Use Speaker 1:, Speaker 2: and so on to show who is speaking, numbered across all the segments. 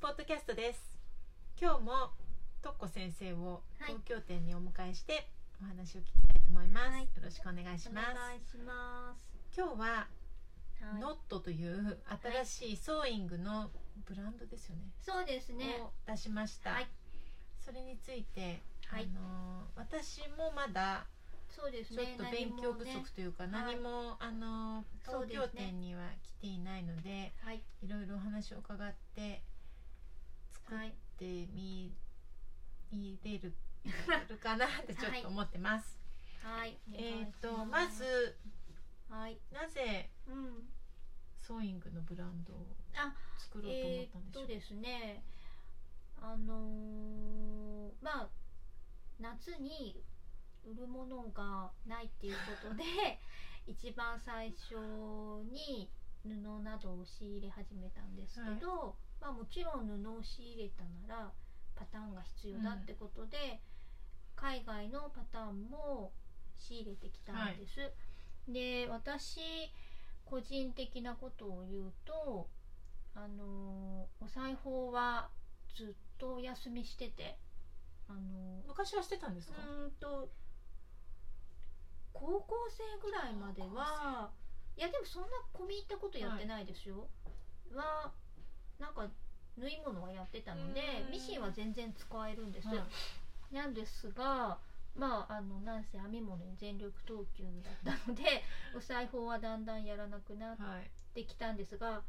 Speaker 1: ポッドキャストです今日もとっこ先生を
Speaker 2: はい
Speaker 1: 東京店にお迎えしてお話を聞きたいと思います、
Speaker 2: はい
Speaker 1: よろしくお願いし
Speaker 2: お
Speaker 1: ます
Speaker 2: 願いします。
Speaker 1: 今日は
Speaker 2: はい
Speaker 1: ノットという新しいソーイングのブランドですよね、
Speaker 2: そうですね。
Speaker 1: を出しました、
Speaker 2: はい、
Speaker 1: それについて、
Speaker 2: はい
Speaker 1: あの私もまだ
Speaker 2: そうです
Speaker 1: ちょっ
Speaker 2: ね。
Speaker 1: と勉強不
Speaker 2: 何もね
Speaker 1: 足というか
Speaker 2: は
Speaker 1: 何
Speaker 2: い
Speaker 1: も,、あの
Speaker 2: そう
Speaker 1: 東
Speaker 2: ですね
Speaker 1: 京店には来ていないので
Speaker 2: はい
Speaker 1: いろいろお話を伺って作っ
Speaker 2: はい
Speaker 1: てみ、れるるかなってちょっと思ってます。
Speaker 2: はい。
Speaker 1: えっ、
Speaker 2: お
Speaker 1: と
Speaker 2: 願
Speaker 1: ま
Speaker 2: いし
Speaker 1: ず
Speaker 2: すはい。
Speaker 1: なぜ
Speaker 2: うん。
Speaker 1: ソーイングのブランドを
Speaker 2: あ、
Speaker 1: 作ろうと思っ
Speaker 2: え
Speaker 1: たん
Speaker 2: ー、
Speaker 1: でしょ
Speaker 2: と
Speaker 1: うか、
Speaker 2: ですね。あのーまあ夏に売るものがないっていうことで 一番最初に布などを仕入れ始めたんですけど、まあ、もちろん布を仕入れたならパターンが必要だってことで、海外のパターンも仕入れてきたんです。で私個人的なことを言うとあのお裁縫はずっとお休みしててあの
Speaker 1: 昔はしてたんです
Speaker 2: う
Speaker 1: か、
Speaker 2: ーんと高校生ぐらいまではいやでもそんな込み入ったことやってないですよ、はなんか縫い物はやってたので
Speaker 1: うん
Speaker 2: ミシンは全然使えるんです、
Speaker 1: はい
Speaker 2: なんですがまああのなんせ編み物に全力投球だったの でお裁縫はだんだんやらなくなっ
Speaker 1: はい
Speaker 2: てきたんですが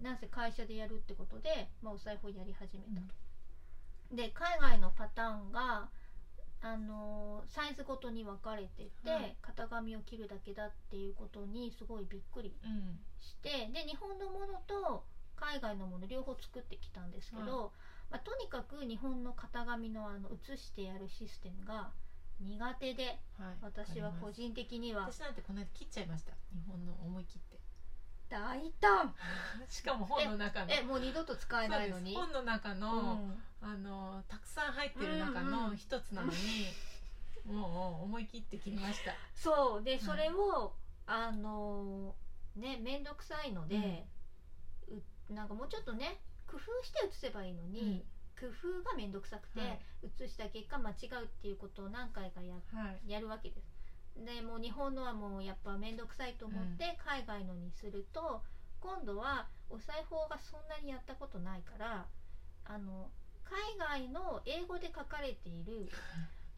Speaker 2: なんせ会社でやるってことで、まあ、お裁縫やり始めたと。で海外のパターンがあのーサイズごとに分かれてて、
Speaker 1: はい
Speaker 2: 型紙を切るだけだっていうことにすごいびっくり
Speaker 1: うん
Speaker 2: してで日本のものと海外のもの両方作ってきたんですけど、
Speaker 1: は
Speaker 2: まあ、とにかく日本の型紙のあの写してやるシステムが苦手で
Speaker 1: はい、
Speaker 2: 私は個人的には
Speaker 1: 私なんてこの間切っちゃいました日本の思い切って
Speaker 2: 大胆
Speaker 1: しかも本の中の
Speaker 2: えもう二度と使え
Speaker 1: そう
Speaker 2: ない
Speaker 1: で
Speaker 2: の
Speaker 1: す
Speaker 2: に。
Speaker 1: 本の中の、あのたくさん入ってる中
Speaker 2: うんう
Speaker 1: の
Speaker 2: ん
Speaker 1: 一つなのに、もう思い切って切りました
Speaker 2: そうで、
Speaker 1: い
Speaker 2: それをあのーね面倒くさいので、うなんかもうちょっとね工夫して写せばいいのに、工夫が面倒くさくて、
Speaker 1: はい
Speaker 2: 写した結果間違うっていうことを何回かや
Speaker 1: はい
Speaker 2: やるわけです。でもう日本のはもうやっぱ面倒くさいと思って海外のにすると、今度はお裁縫がそんなにやったことないからあの海外の英語で書かれている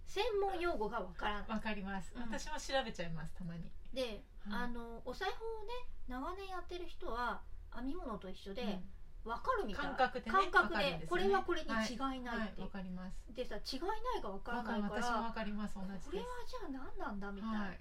Speaker 2: 専門用語がわからない。
Speaker 1: わかります、
Speaker 2: うん
Speaker 1: 私も調べちゃいますたまに
Speaker 2: で、
Speaker 1: うん
Speaker 2: あのお裁縫をね長年やってる人は編み物と一緒で、分かるみたい
Speaker 1: 感覚でね
Speaker 2: 感覚
Speaker 1: わかるんです
Speaker 2: で
Speaker 1: ね
Speaker 2: これはこれに違い
Speaker 1: うんは
Speaker 2: ない
Speaker 1: い
Speaker 2: って、
Speaker 1: わかります
Speaker 2: でさ違いないが分か
Speaker 1: わ
Speaker 2: ら
Speaker 1: か
Speaker 2: な
Speaker 1: る
Speaker 2: いから
Speaker 1: 私もわかります同
Speaker 2: こ
Speaker 1: じ
Speaker 2: れ
Speaker 1: で
Speaker 2: は
Speaker 1: す
Speaker 2: じゃあ何なんだみたいな、
Speaker 1: はい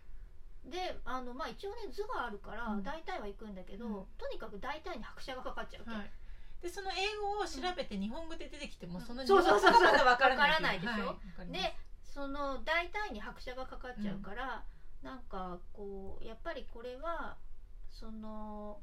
Speaker 2: であの、まあ、一応ね図があるから、
Speaker 1: うん
Speaker 2: 大体は行くんだけど、
Speaker 1: うん
Speaker 2: とにかく大体に拍車がかかっちゃうわけ、
Speaker 1: はいでその英語を調べて日本語で出てきても、
Speaker 2: うん
Speaker 1: その日
Speaker 2: そ
Speaker 1: 本語
Speaker 2: うそうそうそう
Speaker 1: まだわからないってう
Speaker 2: わ
Speaker 1: はいわか
Speaker 2: からないでしょ
Speaker 1: ります
Speaker 2: でその大体に拍車がかかっちゃうから、なんかこうやっぱりこれはその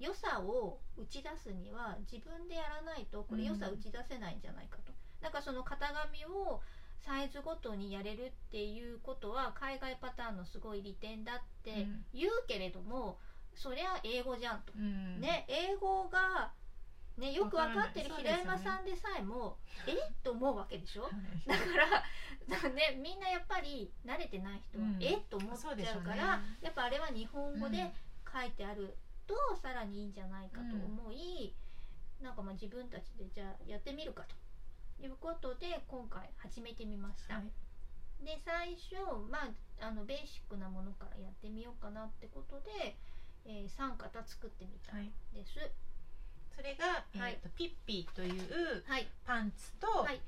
Speaker 2: 良さを打ち出すには自分でやらないとこれ良さ打ち出せないんじゃないかと、なんかその型紙をサイズごとにやれるっていうことは海外パターンのすごい利点だって言うけれども、そりゃ英語じゃんと、
Speaker 1: うんうん
Speaker 2: ね英語が、ね、よくわかってる
Speaker 1: わからない
Speaker 2: 平山さんでさえも、えっと思うわけでしょ
Speaker 1: はい
Speaker 2: だからだから ねみんなやっぱり慣れてない人は、
Speaker 1: うん
Speaker 2: えっと思っち
Speaker 1: そうでし
Speaker 2: ゃ
Speaker 1: ょ
Speaker 2: う
Speaker 1: う
Speaker 2: か
Speaker 1: ね
Speaker 2: らやっぱあれは日本語
Speaker 1: う
Speaker 2: で
Speaker 1: ん
Speaker 2: 書いてあると、さらにいいんじゃないかと思い、なんかまあ自分たちでじゃあやってみるかということで今回始めてみました、
Speaker 1: はい
Speaker 2: で最初まああのベーシックなものからやってみようかなってことで、えー、3型作ってみた
Speaker 1: は
Speaker 2: ん
Speaker 1: い
Speaker 2: です
Speaker 1: それが、
Speaker 2: はい
Speaker 1: えーとピッピーという
Speaker 2: はい
Speaker 1: パンツと、
Speaker 2: はい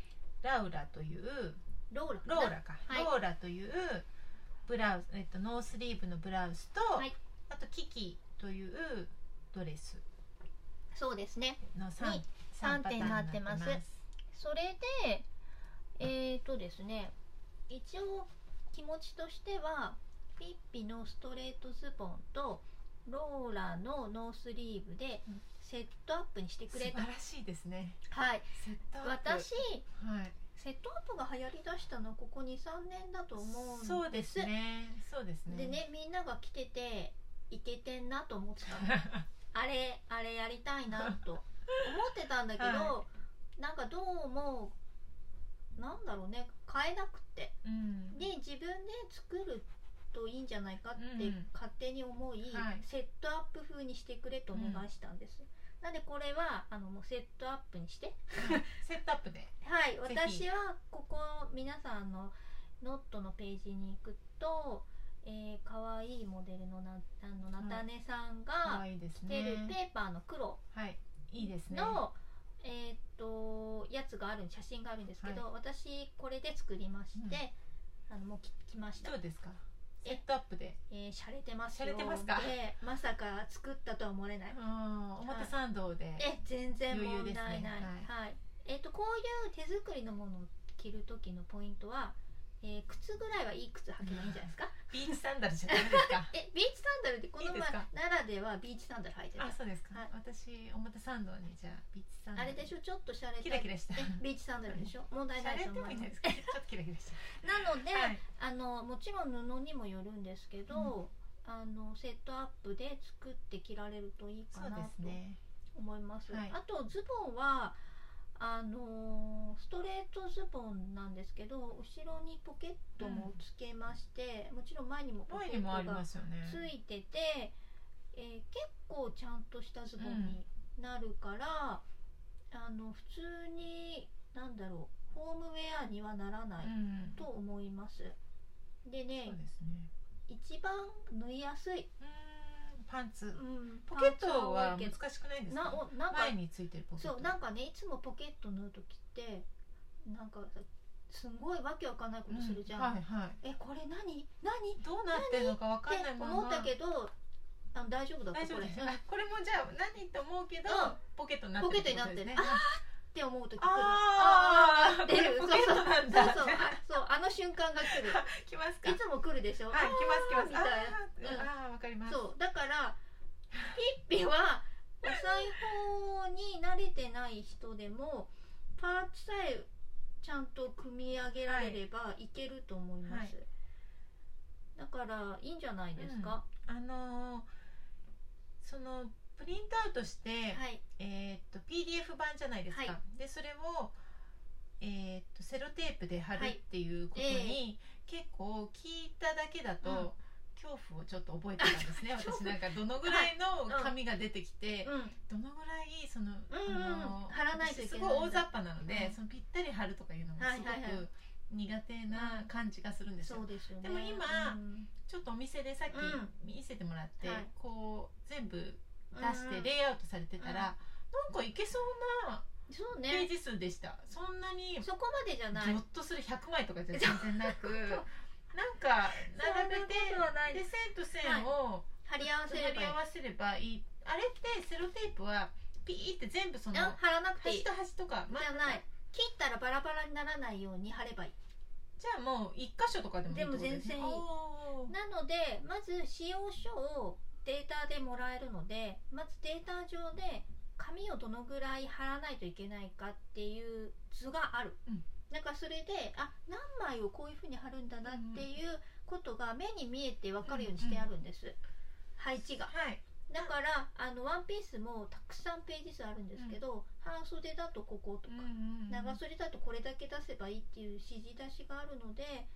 Speaker 1: ラウラという
Speaker 2: ローラ
Speaker 1: ローラか、
Speaker 2: はい
Speaker 1: ローラというブラウス、えっと、ノースリーブのブラウスと、
Speaker 2: はい
Speaker 1: あとキキというドレス
Speaker 2: そうですね
Speaker 1: の 3,
Speaker 2: に三点
Speaker 1: になってます
Speaker 2: なってまそれでえっ、とですね一応気持ちとしてはピッピのストレートズボンとローラのノースリーブで
Speaker 1: うん
Speaker 2: セットアップにして
Speaker 1: 素
Speaker 2: く
Speaker 1: 晴
Speaker 2: れた、
Speaker 1: らしいですね
Speaker 2: はい
Speaker 1: セットアップ
Speaker 2: 私
Speaker 1: はい
Speaker 2: セットアップが流行りだしたのはここ23年だと思うんです
Speaker 1: そうですねそうですね
Speaker 2: でねみんなが着ててイケてんなと 思ってたのあれあれやりたいなと思ってたんだけど、
Speaker 1: は
Speaker 2: なんかどうもなんだろうね買えなくて
Speaker 1: うん
Speaker 2: で自分で作るといいんじゃないかって
Speaker 1: うん
Speaker 2: 勝手に思い、
Speaker 1: はい
Speaker 2: セットアップ風にしてくれとお願いしたんです、なんでこれはあのもうセットアップにして
Speaker 1: セットアップで
Speaker 2: はい
Speaker 1: ひ
Speaker 2: 私はここ皆さんのノットのページに行くとえー、可愛いモデルのなあのなたねさん
Speaker 1: 可
Speaker 2: が
Speaker 1: 愛いです
Speaker 2: 着てる
Speaker 1: ね
Speaker 2: ペーパーの黒
Speaker 1: はいいいですね
Speaker 2: の、えーっとやつがある写真があるんですけど、私これで作りまして、あのもうき来ました
Speaker 1: どうですか
Speaker 2: え
Speaker 1: セットアップで
Speaker 2: えー、洒落てますよ
Speaker 1: 洒落てますか
Speaker 2: でまさか作ったとは思われない
Speaker 1: うん表参道で
Speaker 2: え全然
Speaker 1: 余
Speaker 2: 問
Speaker 1: 裕ですね
Speaker 2: 題ない、はいえっとこういう手作りのものを着る時のポイントは、えー靴ぐらいはいい靴履けばいいんじゃないですか
Speaker 1: ビーチサンダルじゃダメですか
Speaker 2: えビーチサンダルってこの
Speaker 1: いい
Speaker 2: 前
Speaker 1: ですか
Speaker 2: 奈良ではビーチサンダル履いてる
Speaker 1: あそうですか
Speaker 2: はい
Speaker 1: 私表参道にじゃあビーチサンダ
Speaker 2: あ
Speaker 1: ル
Speaker 2: れでしょちょっと洒落た
Speaker 1: キラキラ した
Speaker 2: えビーチサンダルでしょ問題
Speaker 1: しゃ
Speaker 2: ない
Speaker 1: れ
Speaker 2: と
Speaker 1: て
Speaker 2: 思
Speaker 1: もい
Speaker 2: い
Speaker 1: いん
Speaker 2: ま
Speaker 1: じゃない
Speaker 2: す
Speaker 1: ですかちょっとキラキラし
Speaker 2: なので、
Speaker 1: たはい
Speaker 2: あのもちろん布にもよるんですけど、あのセットアップで作って着られるといい
Speaker 1: そ
Speaker 2: か
Speaker 1: う
Speaker 2: なと
Speaker 1: ですね
Speaker 2: 思います
Speaker 1: はい
Speaker 2: あとズボンはあのーストレートズボンなんですけど後ろにポケットもつけまして、もちろん前にもポ
Speaker 1: 前
Speaker 2: ケ
Speaker 1: に
Speaker 2: ッ
Speaker 1: もあ
Speaker 2: ト
Speaker 1: りま
Speaker 2: が
Speaker 1: すよね
Speaker 2: ついてて、えー結構ちゃんとしたズボンになるから、あの普通になんだろうホームウェアにはならない
Speaker 1: うん
Speaker 2: と思います。で
Speaker 1: そ
Speaker 2: ね
Speaker 1: うですね
Speaker 2: 一番縫いやすい、
Speaker 1: うんパンツ
Speaker 2: うん
Speaker 1: ポケット
Speaker 2: パ
Speaker 1: は
Speaker 2: ンツ多いけ
Speaker 1: 難
Speaker 2: ど
Speaker 1: しくないです
Speaker 2: な
Speaker 1: か
Speaker 2: おなんか
Speaker 1: 前についてるポケット
Speaker 2: そうなんかねいつもポケット縫う時ってなんかさすんごいわけわかんないことするじゃん、
Speaker 1: うはいはい
Speaker 2: えこれ何何っ
Speaker 1: どうなってるのかわかんない
Speaker 2: て
Speaker 1: まま
Speaker 2: 思ったけどあの大丈夫だっ
Speaker 1: 大丈
Speaker 2: たこ
Speaker 1: 夫で
Speaker 2: れ、
Speaker 1: す
Speaker 2: うんっ
Speaker 1: あこれもじゃあ何と思うけど
Speaker 2: うん
Speaker 1: ポケットになってるってことですね
Speaker 2: ポケットになってるて思う時来る
Speaker 1: あー
Speaker 2: あーっていう
Speaker 1: これポケットなんだ
Speaker 2: そうそうあそうあの瞬間が来る
Speaker 1: 来ますか
Speaker 2: いつも来るでしょ、
Speaker 1: はい来ます来ます
Speaker 2: みたいな
Speaker 1: あーあーわかります
Speaker 2: そうだからピッピはお裁縫に慣れてない人でもパーツさえちゃんと組み上げられればいけると思います、だからいいんじゃないですか、
Speaker 1: あのーそのプリントアウトして
Speaker 2: はい
Speaker 1: えーっと PDF 版じゃないですか、
Speaker 2: はい
Speaker 1: でそれを、えーっとセロテープで貼る
Speaker 2: はい
Speaker 1: っていうことに、結構聞いただけだと、
Speaker 2: うん
Speaker 1: 恐怖をちょっと覚えてたんです ね
Speaker 2: 恐
Speaker 1: 私
Speaker 2: 怖
Speaker 1: なんかどのぐらいの
Speaker 2: はいうん
Speaker 1: 紙が出てきて、
Speaker 2: うん
Speaker 1: どのぐらいその,、
Speaker 2: うんうん
Speaker 1: あの
Speaker 2: 貼らないといけ
Speaker 1: 私す
Speaker 2: ない
Speaker 1: ごい大雑把なので、
Speaker 2: うん
Speaker 1: そのぴったり貼るとかいうのもすご
Speaker 2: はいはいは
Speaker 1: く苦手な感じがするんですよ、
Speaker 2: そうですよね
Speaker 1: でも今
Speaker 2: うん
Speaker 1: ちょっとお店でさっき
Speaker 2: うん
Speaker 1: 見せてもらって、
Speaker 2: はい
Speaker 1: こう全部出
Speaker 2: うんう
Speaker 1: し
Speaker 2: ん
Speaker 1: てレイアウトされてたら、なんかいけそうな
Speaker 2: そう
Speaker 1: ペー
Speaker 2: ね
Speaker 1: ジ数でしたそんなに
Speaker 2: そこまでじゃない
Speaker 1: ぎょっとする100枚とかじゃ全然な くなんか並べて
Speaker 2: そんなことはない
Speaker 1: で
Speaker 2: で
Speaker 1: 線と線を
Speaker 2: 貼り合わせれ
Speaker 1: 隣
Speaker 2: ば
Speaker 1: り
Speaker 2: いい
Speaker 1: 合わせればいいあれってセロテープはピーって全部その
Speaker 2: あ貼らなくてい
Speaker 1: 端
Speaker 2: いじ
Speaker 1: と端とか、ま
Speaker 2: ゃない切ったらバラバラにならないように貼ればいい
Speaker 1: じゃあもう一箇所とかでもいいってことですね
Speaker 2: でも全然いい
Speaker 1: おー
Speaker 2: なのでまず使用書をデータでもらえるのでまずデータ上で紙をどのぐらい貼らないといけないかっていう図がある、
Speaker 1: うん
Speaker 2: なんかそれであ何枚をこういうふうに貼るんだなっていうことが目に見えて分かるようにしてあるんです、配置が
Speaker 1: はい
Speaker 2: だからあのワンピースもたくさんページ数あるんですけど、半袖だとこことか、長袖だとこれだけ出せばいいっていう指示出しがあるので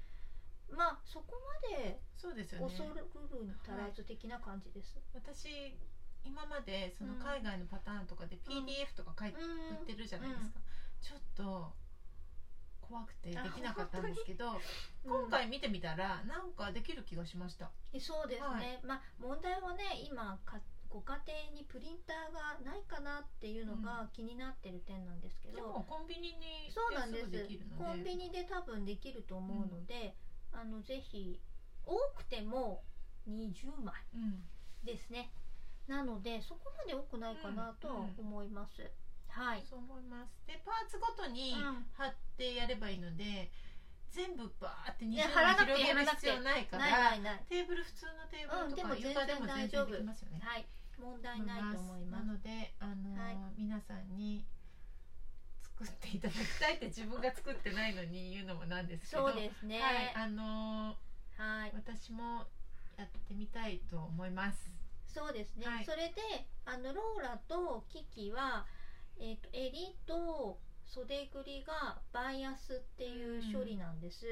Speaker 2: まあそこまで
Speaker 1: そうですよね
Speaker 2: 恐るるに足らず的な感じです。
Speaker 1: 私今までその
Speaker 2: うん
Speaker 1: 海外のパターンとかで PDF とか書いて売ってるじゃないですか、ちょっと怖くてできなかったんですけど今
Speaker 2: うん
Speaker 1: 回見てみたらなんかできる気がしました、
Speaker 2: えそうですね、
Speaker 1: は
Speaker 2: まあ問題はね今かご家庭にプリンターがないかなっていうのが気になってる点なんですけ
Speaker 1: で
Speaker 2: ど、
Speaker 1: もコンビニに
Speaker 2: そうなんです
Speaker 1: ぐできるので
Speaker 2: コンビニで多分できると思うので、あのぜひ多くても20枚
Speaker 1: うん
Speaker 2: ですねなのでそこまで多くないかなとは思います、はい
Speaker 1: そう思いますでパーツごとに
Speaker 2: うん
Speaker 1: 貼ってやればいいので全部バーって20
Speaker 2: ね貼らなくて
Speaker 1: 枚広げる必要ないか
Speaker 2: ない
Speaker 1: ら
Speaker 2: ないない
Speaker 1: テーブル普通のテーブルとか
Speaker 2: うんで
Speaker 1: 床
Speaker 2: も全然
Speaker 1: でも全
Speaker 2: 大丈
Speaker 1: 然
Speaker 2: 夫
Speaker 1: できますよね
Speaker 2: はい問題ないと思いま
Speaker 1: な
Speaker 2: す
Speaker 1: ので、あのー
Speaker 2: はい
Speaker 1: 皆さんに作っていただきたいって自分が作ってないのに言うのもなんですけど
Speaker 2: そうですね
Speaker 1: はい、あの
Speaker 2: は
Speaker 1: ー
Speaker 2: い
Speaker 1: 私もやってみたいと思います。
Speaker 2: そうですね、
Speaker 1: はい
Speaker 2: それであのローラとキキは、えー、と襟と袖栗がバイアスっていう処理なんです、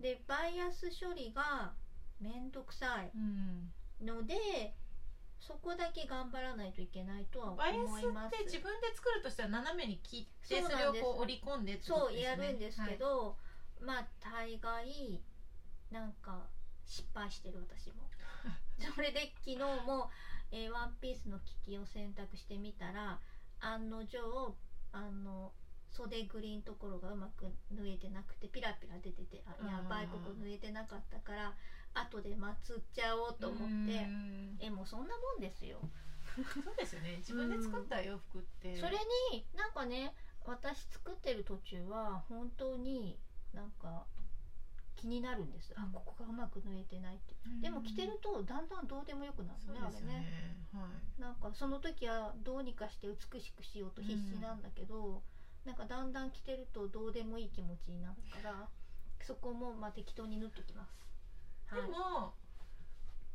Speaker 2: でバイアス処理がめんどくさい
Speaker 1: うん
Speaker 2: のでそこだけ頑張らないといけないとは思
Speaker 1: バイア
Speaker 2: いま
Speaker 1: ス
Speaker 2: す
Speaker 1: って自分で作るとしたら斜めに切って
Speaker 2: そう
Speaker 1: そ
Speaker 2: なん
Speaker 1: れを
Speaker 2: です
Speaker 1: こう折り込んでってこ
Speaker 2: そ
Speaker 1: と
Speaker 2: う
Speaker 1: よ
Speaker 2: や
Speaker 1: ね
Speaker 2: るんですけ
Speaker 1: は
Speaker 2: ど、まあ大概なんか失敗してる私 もそれで昨日も、えーワンピースの利きを選択してみたら案の定あの袖栗のところがうまく縫えてなくてピラピラ出ててあ
Speaker 1: あー
Speaker 2: やばいここ縫えてなかったから後でまつっちゃおう
Speaker 1: い
Speaker 2: と思って
Speaker 1: うん
Speaker 2: えもうそんなもんですよ
Speaker 1: そうですよね自分で作った洋服って
Speaker 2: それになんかね私作ってる途中は本当になんか気になるんです、あ
Speaker 1: うん
Speaker 2: ここがうまく縫えてないって
Speaker 1: うん
Speaker 2: でも着てるとだんだんどうでもよくな
Speaker 1: そう
Speaker 2: るね
Speaker 1: ですよ
Speaker 2: あれね
Speaker 1: ねはい
Speaker 2: なんかその時はどうにかして美しくしようと必死なんだけど、なんかだんだん着てるとどうでもいい気持ちになるからそこもまあ適当に縫っときます、
Speaker 1: で
Speaker 2: はい、
Speaker 1: も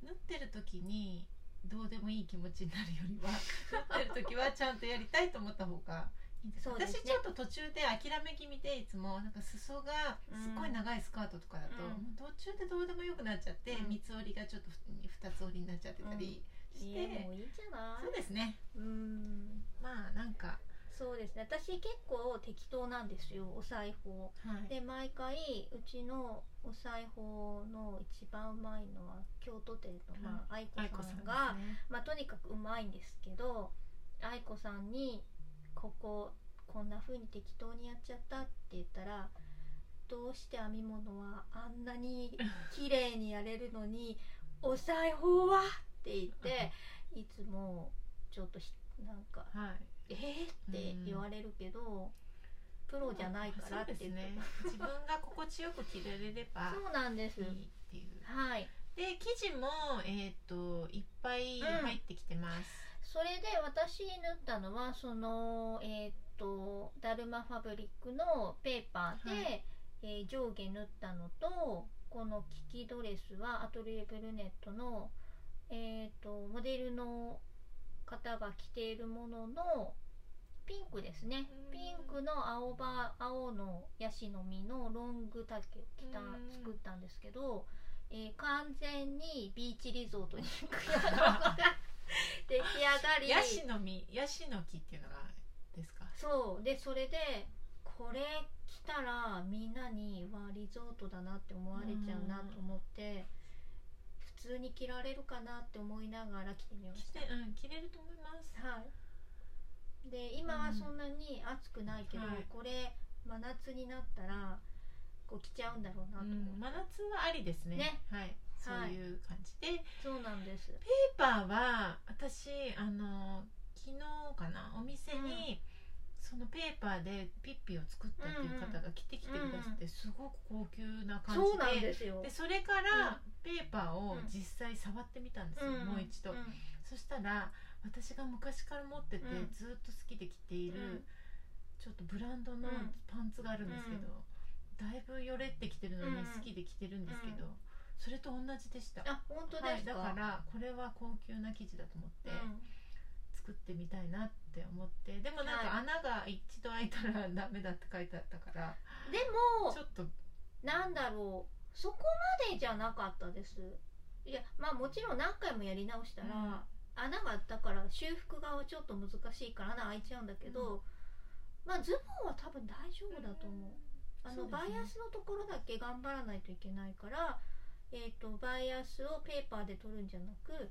Speaker 1: 縫ってる時にどうでもいい気持ちになるより は縫ってる時はちゃんとやりたいと思った方がいいです
Speaker 2: そうですね
Speaker 1: 私ちょっと途中で諦め気味でいつもなんか裾がすっごい長いスカートとかだと、
Speaker 2: うん
Speaker 1: もう途中でどうでもよくなっちゃって、
Speaker 2: うん
Speaker 1: 三つ折りがちょっと二つ折りになっちゃってたりして、
Speaker 2: いやもういいんじゃない
Speaker 1: そうですね
Speaker 2: うん
Speaker 1: まあなんか、
Speaker 2: そうですね私結構適当なんですよお裁縫
Speaker 1: はい、
Speaker 2: で毎回うちのお裁縫の一番うまいのは京都店の、まあ、愛子
Speaker 1: 愛子
Speaker 2: さ
Speaker 1: さ
Speaker 2: ん
Speaker 1: ん
Speaker 2: がまあ、とにかくうまいんですけど愛子さんに「こここんな風に適当にやっちゃった」って言ったら「どうして編み物はあんなに綺麗にやれるのに お裁縫は?」って 言っていつもちょっとひなんか
Speaker 1: はい
Speaker 2: えー、って言われるけど、プロじゃないからって
Speaker 1: そう
Speaker 2: 言
Speaker 1: です
Speaker 2: っ
Speaker 1: ね自
Speaker 2: て
Speaker 1: 分が心地よく着られれば
Speaker 2: そうなんです、
Speaker 1: いいっていう
Speaker 2: はい
Speaker 1: で生地もえっ、といっぱい入ってきてます。
Speaker 2: それで私縫ったのはそのえーっとダルマファブリックのペーパーで、
Speaker 1: は
Speaker 2: えー上下縫ったのとこのキキドレスはアトリエブルネットのえーっとモデルの方が着ているもののピンクですね
Speaker 1: うん
Speaker 2: ピンクの青葉青のヤシの実のロング丈を着た
Speaker 1: うん
Speaker 2: 作ったんですけど、えー完全にビーチリゾートに行くようなことが出来上
Speaker 1: ヤ
Speaker 2: がり
Speaker 1: シの実、ヤシの木っていうのがですか。
Speaker 2: そうでそれでこれ着たらみんなにはリゾートだなって思われちゃうなと思って普通に着られるかなって思いながら着てみま
Speaker 1: 着
Speaker 2: した
Speaker 1: て、うん、着れると思います。
Speaker 2: はいで今はそんなに暑くないけど、
Speaker 1: はい
Speaker 2: これ真夏になったらこう着ちゃうんだろうなと
Speaker 1: う
Speaker 2: 思って
Speaker 1: ん、、真夏はありですね。
Speaker 2: ね
Speaker 1: はい、そういう感じで、ペ
Speaker 2: そうなんで
Speaker 1: ー
Speaker 2: す
Speaker 1: パーは私あの昨日かなお店に、そのペーパーでピッピを作ったっていう方が着てきてくださって、すごく高級な感じで。
Speaker 2: そうなんですよ
Speaker 1: でそれからペーパーを実際触ってみたんですよ、
Speaker 2: ん
Speaker 1: もう一度、
Speaker 2: ん
Speaker 1: そしたら私が昔から持ってて、
Speaker 2: うん
Speaker 1: ずっと好きで着ている、
Speaker 2: うん
Speaker 1: ちょっとブランドの
Speaker 2: うん
Speaker 1: パンツがあるんですけど、だいぶよれってきてるの
Speaker 2: うん
Speaker 1: に好きで着てるんですけど、それと同じでした。
Speaker 2: あ本当
Speaker 1: はい、
Speaker 2: です
Speaker 1: だ
Speaker 2: か、
Speaker 1: からこれは高級な生地だと思って
Speaker 2: うん
Speaker 1: 作ってみたいなって思ってでもなんか
Speaker 2: は
Speaker 1: 穴が一度開いたら ダメだって書いてあったから
Speaker 2: でも
Speaker 1: ちょっと
Speaker 2: なんだろうそこまでじゃなかったですいやまあもちろん何回もやり直したら、
Speaker 1: うん
Speaker 2: 穴があったから修復側はちょっと難しいから穴開いちゃうんだけど、まあズボンは多分大丈夫だと思う、あ
Speaker 1: そう
Speaker 2: の
Speaker 1: ですね
Speaker 2: バイアスのところだけ頑張らないといけないから、えー、とバイアスをペーパーで取るんじゃなく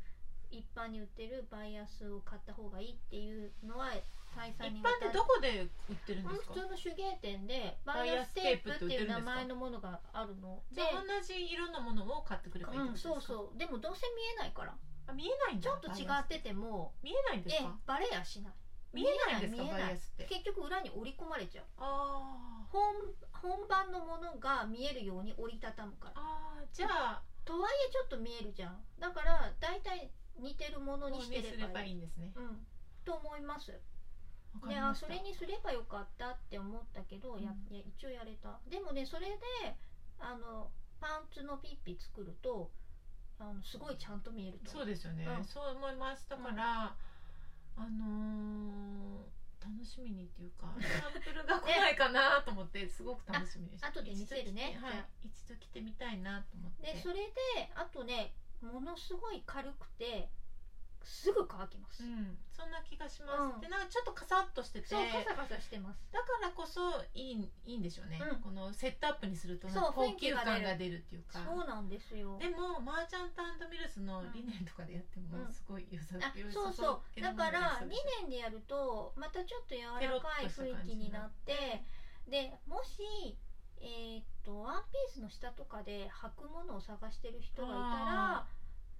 Speaker 2: 一般に売ってるバイアスを買った方がいいっていうのは再三
Speaker 1: 一
Speaker 2: にわた
Speaker 1: 般ってどこで売ってるん
Speaker 2: う
Speaker 1: で
Speaker 2: ん
Speaker 1: すか
Speaker 2: 普通の手芸店でバ
Speaker 1: バ
Speaker 2: イ
Speaker 1: イ
Speaker 2: ア
Speaker 1: ア
Speaker 2: ス
Speaker 1: ス
Speaker 2: テ
Speaker 1: テ
Speaker 2: ープ
Speaker 1: ープ
Speaker 2: って
Speaker 1: って売ってる
Speaker 2: いうん
Speaker 1: です
Speaker 2: 名
Speaker 1: か
Speaker 2: 前のものがあるの
Speaker 1: じ
Speaker 2: で
Speaker 1: ゃあ同じ色のものを買ってくればいいって
Speaker 2: う
Speaker 1: こと
Speaker 2: ん、
Speaker 1: です
Speaker 2: そ
Speaker 1: か、
Speaker 2: うそうでもどうせ見えないから
Speaker 1: あ見えないんだ
Speaker 2: ちょっと違
Speaker 1: バイア
Speaker 2: っ
Speaker 1: ス
Speaker 2: てても
Speaker 1: 見えないんで
Speaker 2: え
Speaker 1: すか
Speaker 2: バレやしない
Speaker 1: 見えないんですか
Speaker 2: 見えない
Speaker 1: バイアスって
Speaker 2: 結局裏に折り込まれちゃう
Speaker 1: あー
Speaker 2: 本本番のものが見えるように折りたたむから
Speaker 1: あーじゃあ
Speaker 2: とはいえちょっと見えるじゃんだから大体似てるもの
Speaker 1: こ
Speaker 2: に
Speaker 1: う
Speaker 2: して
Speaker 1: にすれ
Speaker 2: れば
Speaker 1: ば
Speaker 2: いい
Speaker 1: いいんですね
Speaker 2: うんと思います
Speaker 1: わか
Speaker 2: で
Speaker 1: り
Speaker 2: あ
Speaker 1: ました
Speaker 2: それにすればよかったって思ったけど、や
Speaker 1: うん
Speaker 2: いや一応やれたでもねそれであのパンツのピッピ作るとあのすごいちゃんと見えると
Speaker 1: そうですよね、
Speaker 2: うん
Speaker 1: そう思いますだから、あのー楽しみにっていう かサンプルが来ないかなと思ってすごく楽しみでした
Speaker 2: 後で見せるね
Speaker 1: 一度来てはい一度来てみたいなと思って
Speaker 2: でそれであとねものすごい軽くてすぐ乾きます、
Speaker 1: うん、そんな気がします、
Speaker 2: うん
Speaker 1: でなんかちょっとカサッとしてて
Speaker 2: そうカ
Speaker 1: だ
Speaker 2: サカサしてます
Speaker 1: からこそいいいいんでしょうね、
Speaker 2: うん
Speaker 1: このセットアップにすると
Speaker 2: そう
Speaker 1: 高級
Speaker 2: 雰囲
Speaker 1: 感
Speaker 2: 気が出る
Speaker 1: が出るっていうか
Speaker 2: そうなんですよ
Speaker 1: でもマーチャントミルスの理念とかでやっても
Speaker 2: うん
Speaker 1: すごい良さ、
Speaker 2: あ
Speaker 1: 良さ
Speaker 2: そうそうだから2
Speaker 1: 理念
Speaker 2: 年でやるとまたちょっと柔らかい雰囲気になってでもしえーっとワンピースの下とかで履くものを探してる人がいたら
Speaker 1: あ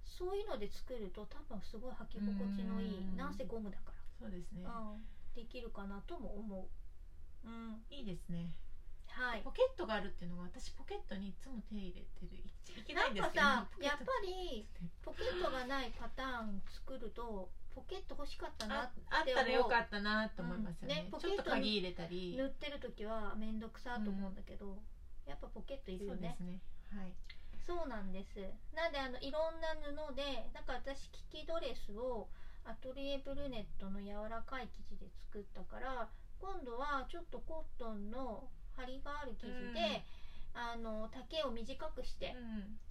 Speaker 2: そういうので作ると多分すごい履き心地のいい
Speaker 1: うん
Speaker 2: なんせゴムだか
Speaker 1: そうですね
Speaker 2: ら、うん、できるかなとも思ううん
Speaker 1: いいですね
Speaker 2: はい
Speaker 1: ポケットがあるっていうのが私ポケットにいつも手入れてるいいけ
Speaker 2: な
Speaker 1: ないん
Speaker 2: ん
Speaker 1: です
Speaker 2: か
Speaker 1: けど
Speaker 2: さ
Speaker 1: ポケッ
Speaker 2: やっ
Speaker 1: ト
Speaker 2: ぱりポケットがないパターン作るとポケット欲しかったな
Speaker 1: あ
Speaker 2: って
Speaker 1: あったらよかったなと思いますよね,、
Speaker 2: うんね
Speaker 1: ちょっと鍵入れたり
Speaker 2: 塗ってる時は面倒くさと思うんだけど、やっぱポケットいる
Speaker 1: そ
Speaker 2: よ
Speaker 1: うで
Speaker 2: ね
Speaker 1: すねはい
Speaker 2: そうなんですなんであのいろんな布でなんか私キキドレスをアトリエブルネットの柔らかい生地で作ったから今度はちょっとコットンの張りがある生地で、あの丈を短くして、
Speaker 1: う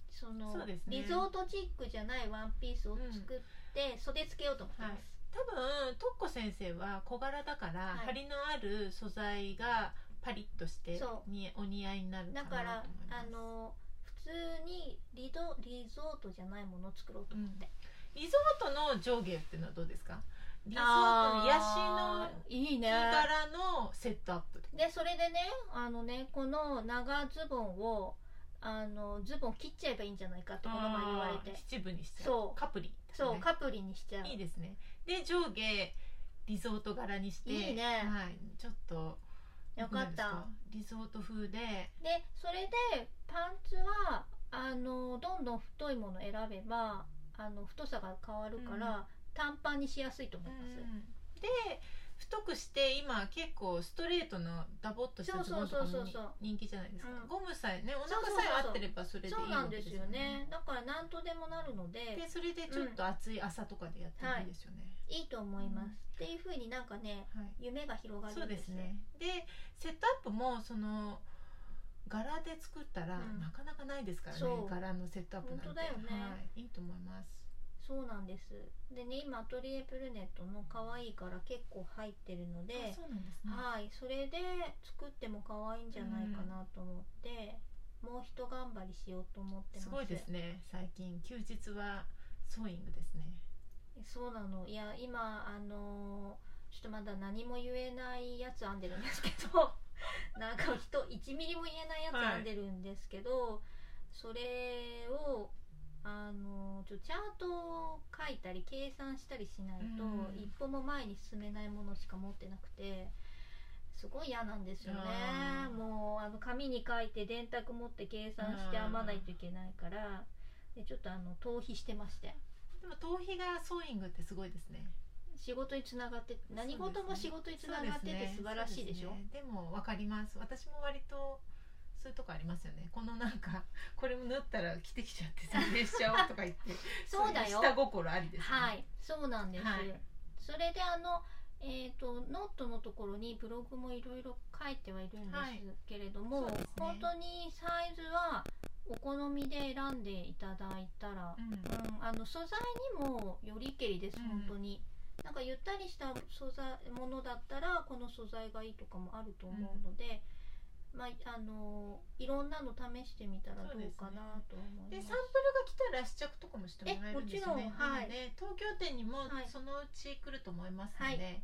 Speaker 2: その
Speaker 1: そうですね
Speaker 2: リゾートチックじゃないワンピースを作って、袖つけようと思ってます、
Speaker 1: ん、多分トッコ先生は小柄だから、
Speaker 2: はい
Speaker 1: 張りのある素材がパリッとして
Speaker 2: そう
Speaker 1: にお似合いになるか
Speaker 2: だから
Speaker 1: なと思います
Speaker 2: あの普通にリゾリゾートじゃないものを作ろうと思って、
Speaker 1: リゾートの上下っていうのはどうですかリゾートのヤシの
Speaker 2: いい
Speaker 1: 木
Speaker 2: ね
Speaker 1: 柄のセットアップ
Speaker 2: でそれでねあのねこの長ズボンをあのズボン切っちゃえばいいんじゃないかってこの前言われ
Speaker 1: あー
Speaker 2: て
Speaker 1: 七分にしちゃ
Speaker 2: そう
Speaker 1: うカプリとか
Speaker 2: そう
Speaker 1: ね
Speaker 2: カプリにしちゃう
Speaker 1: いいですねで上下リゾート柄にして
Speaker 2: いいね
Speaker 1: はい、ちょっと
Speaker 2: よか
Speaker 1: ど
Speaker 2: っ
Speaker 1: う
Speaker 2: た
Speaker 1: ですかリゾート風で
Speaker 2: でそれでパンツはあのどんどん太いもの選べばあの太さが変わるから、
Speaker 1: う
Speaker 2: 短パンにしやすいと思います、
Speaker 1: で太くして今結構ストレートのダボっとしたズボンとかも
Speaker 2: そうそうそうそうそう
Speaker 1: 人気じゃないですか、
Speaker 2: うん
Speaker 1: ゴムさえねお
Speaker 2: そう
Speaker 1: 腹
Speaker 2: そうそうそう
Speaker 1: さえ合ってればそれでいい
Speaker 2: そうな
Speaker 1: わ
Speaker 2: ん
Speaker 1: け
Speaker 2: で
Speaker 1: です
Speaker 2: す
Speaker 1: よ
Speaker 2: よ
Speaker 1: ね
Speaker 2: ねだから何とでもなるので
Speaker 1: でそれでちょっと暑い朝とかでやってもいいですよね、
Speaker 2: いいと思います、っていうふうになんかね
Speaker 1: はい
Speaker 2: 夢が広が
Speaker 1: そ
Speaker 2: る
Speaker 1: うんで
Speaker 2: です
Speaker 1: す
Speaker 2: よ
Speaker 1: ねでセットアップもその柄で作ったら、
Speaker 2: うん
Speaker 1: なかなかないですからね
Speaker 2: そう
Speaker 1: 柄のセットアップなんて
Speaker 2: 本当だよね
Speaker 1: はい、いいと思います
Speaker 2: そうなんですでね今アトリエプルネットの可愛いから結構入ってるので
Speaker 1: あそうなんですね
Speaker 2: はいそれで作っても可愛いんじゃないかなと思って、もうひと頑張りしようと思ってます
Speaker 1: すごいですね最近休日はソーイングですね
Speaker 2: そうなのいや今あのーちょっとまだ何も言えないやつ編んでるんですけど なんか人1ミリも言えないやつ編んでるんですけど、それをあのーちょチャートを書いたり計算したりしないと、
Speaker 1: うん
Speaker 2: 一歩も前に進めないものしか持ってなくてすごい嫌なんですよね
Speaker 1: あー
Speaker 2: もうあの紙に書いて電卓持って計算して編まないといけないからでちょっとあの逃避してまして。
Speaker 1: でも頭皮がソーイングってすごいですね
Speaker 2: 仕事につながって何事も仕事につながって
Speaker 1: そう
Speaker 2: て
Speaker 1: すね
Speaker 2: 素晴らしいでしょ
Speaker 1: そうすねでも分かります私も割とそういうとこありますよねこのなんか これも縫ったら着てきちゃって撮影しちゃおうとか言って
Speaker 2: そうだ
Speaker 1: い
Speaker 2: よ
Speaker 1: 下心ありですね
Speaker 2: はいそうなんです、
Speaker 1: はい
Speaker 2: それであのえー、とノートのところにブログもいろいろ書いてはいるんですけれども、
Speaker 1: はいそうですね
Speaker 2: 本当にサイズはお好みで選んでいただいたら
Speaker 1: う、ん
Speaker 2: うん、あの素材にもよりけりです
Speaker 1: うん
Speaker 2: 本当に、なんかゆったりした素材ものだったらこの素材がいいとかもあると思うので、まああのいろんなの試してみたらどうかなと思い
Speaker 1: で
Speaker 2: ます
Speaker 1: サンプルが来たら試着とかもしてもらえるんですよ
Speaker 2: えも
Speaker 1: ね
Speaker 2: ちろんは
Speaker 1: な
Speaker 2: い
Speaker 1: ので東京店にも
Speaker 2: はい
Speaker 1: そのうち来ると思いますの
Speaker 2: は
Speaker 1: で、
Speaker 2: い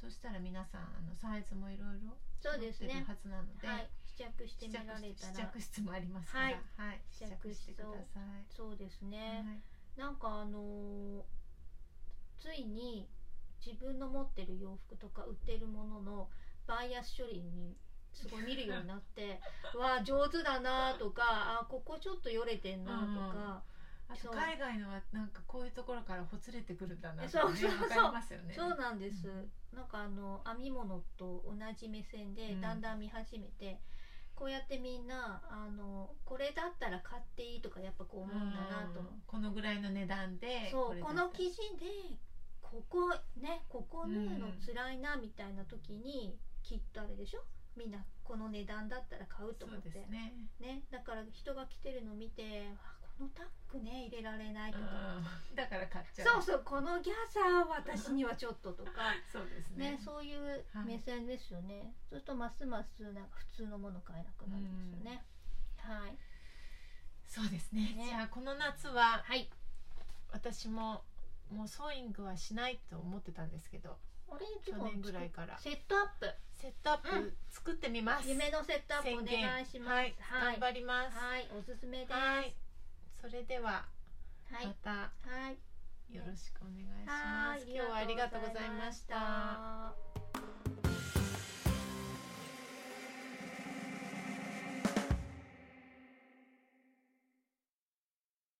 Speaker 1: そしたら皆さんあのサイズもいろいろ
Speaker 2: そうです
Speaker 1: 持って
Speaker 2: ね
Speaker 1: るはずなので、
Speaker 2: はい試着して
Speaker 1: 試着
Speaker 2: みられた
Speaker 1: 室試
Speaker 2: ら
Speaker 1: 着室もありますから、
Speaker 2: は
Speaker 1: はいい
Speaker 2: 試
Speaker 1: 試
Speaker 2: 着
Speaker 1: 着
Speaker 2: 室
Speaker 1: してください。
Speaker 2: そうですね、
Speaker 1: はい
Speaker 2: なんかあのーついに自分の持ってる洋服とか売ってるもののバイアス処理にすごい見るようになって わあ上手だなとかあここちょっとよれてんなとか、
Speaker 1: あと
Speaker 2: そう
Speaker 1: 海外のはなんかこういうところからほつれてくるんだな
Speaker 2: そうそうそう
Speaker 1: わかりますよね。
Speaker 2: そうなんです、
Speaker 1: うん
Speaker 2: なんかあの編み物と同じ目線で
Speaker 1: うん
Speaker 2: だんだん見始めて、こうやってみんなあのこれだったら買っていいとかやっぱこう思うんだなと思っ
Speaker 1: う
Speaker 2: て
Speaker 1: んこのぐらいの値段で
Speaker 2: そ
Speaker 1: こ
Speaker 2: う
Speaker 1: れだ
Speaker 2: こ
Speaker 1: ったら
Speaker 2: の生地でこここねここ縫うの
Speaker 1: うん
Speaker 2: 辛いなみたいな時に、きっとあれでしょみんなこの値段だったら買う
Speaker 1: そ
Speaker 2: と思っ
Speaker 1: う
Speaker 2: て
Speaker 1: です
Speaker 2: ね
Speaker 1: ね
Speaker 2: だから人が来てるの見てあこのタックね入れられないとか、
Speaker 1: うんだから買っちゃう
Speaker 2: そうそうこのギャザーは私にはちょっととか
Speaker 1: そうです ね
Speaker 2: ねそういう目線ですよね、そうするとますますなんか普通のもの買えなくなるんですよね、はい
Speaker 1: そうですね
Speaker 2: ね
Speaker 1: じゃあこの夏は
Speaker 2: はい
Speaker 1: 私ももうソーイングはしないと思ってたんですけど
Speaker 2: オレンジ
Speaker 1: 去
Speaker 2: も
Speaker 1: 年ぐらいから
Speaker 2: セットアップ
Speaker 1: セットアッ
Speaker 2: う
Speaker 1: プ作ってみます、
Speaker 2: 夢のセットアップお
Speaker 1: 宣言
Speaker 2: 願いします。
Speaker 1: はい、
Speaker 2: は
Speaker 1: 頑
Speaker 2: い、
Speaker 1: 張ります
Speaker 2: はいおすすめです。
Speaker 1: は
Speaker 2: はい
Speaker 1: それでは
Speaker 2: は
Speaker 1: ま
Speaker 2: い、
Speaker 1: たよろしくお願いします、
Speaker 2: はい
Speaker 1: 今日はありがとうございました。
Speaker 2: ありがとうございました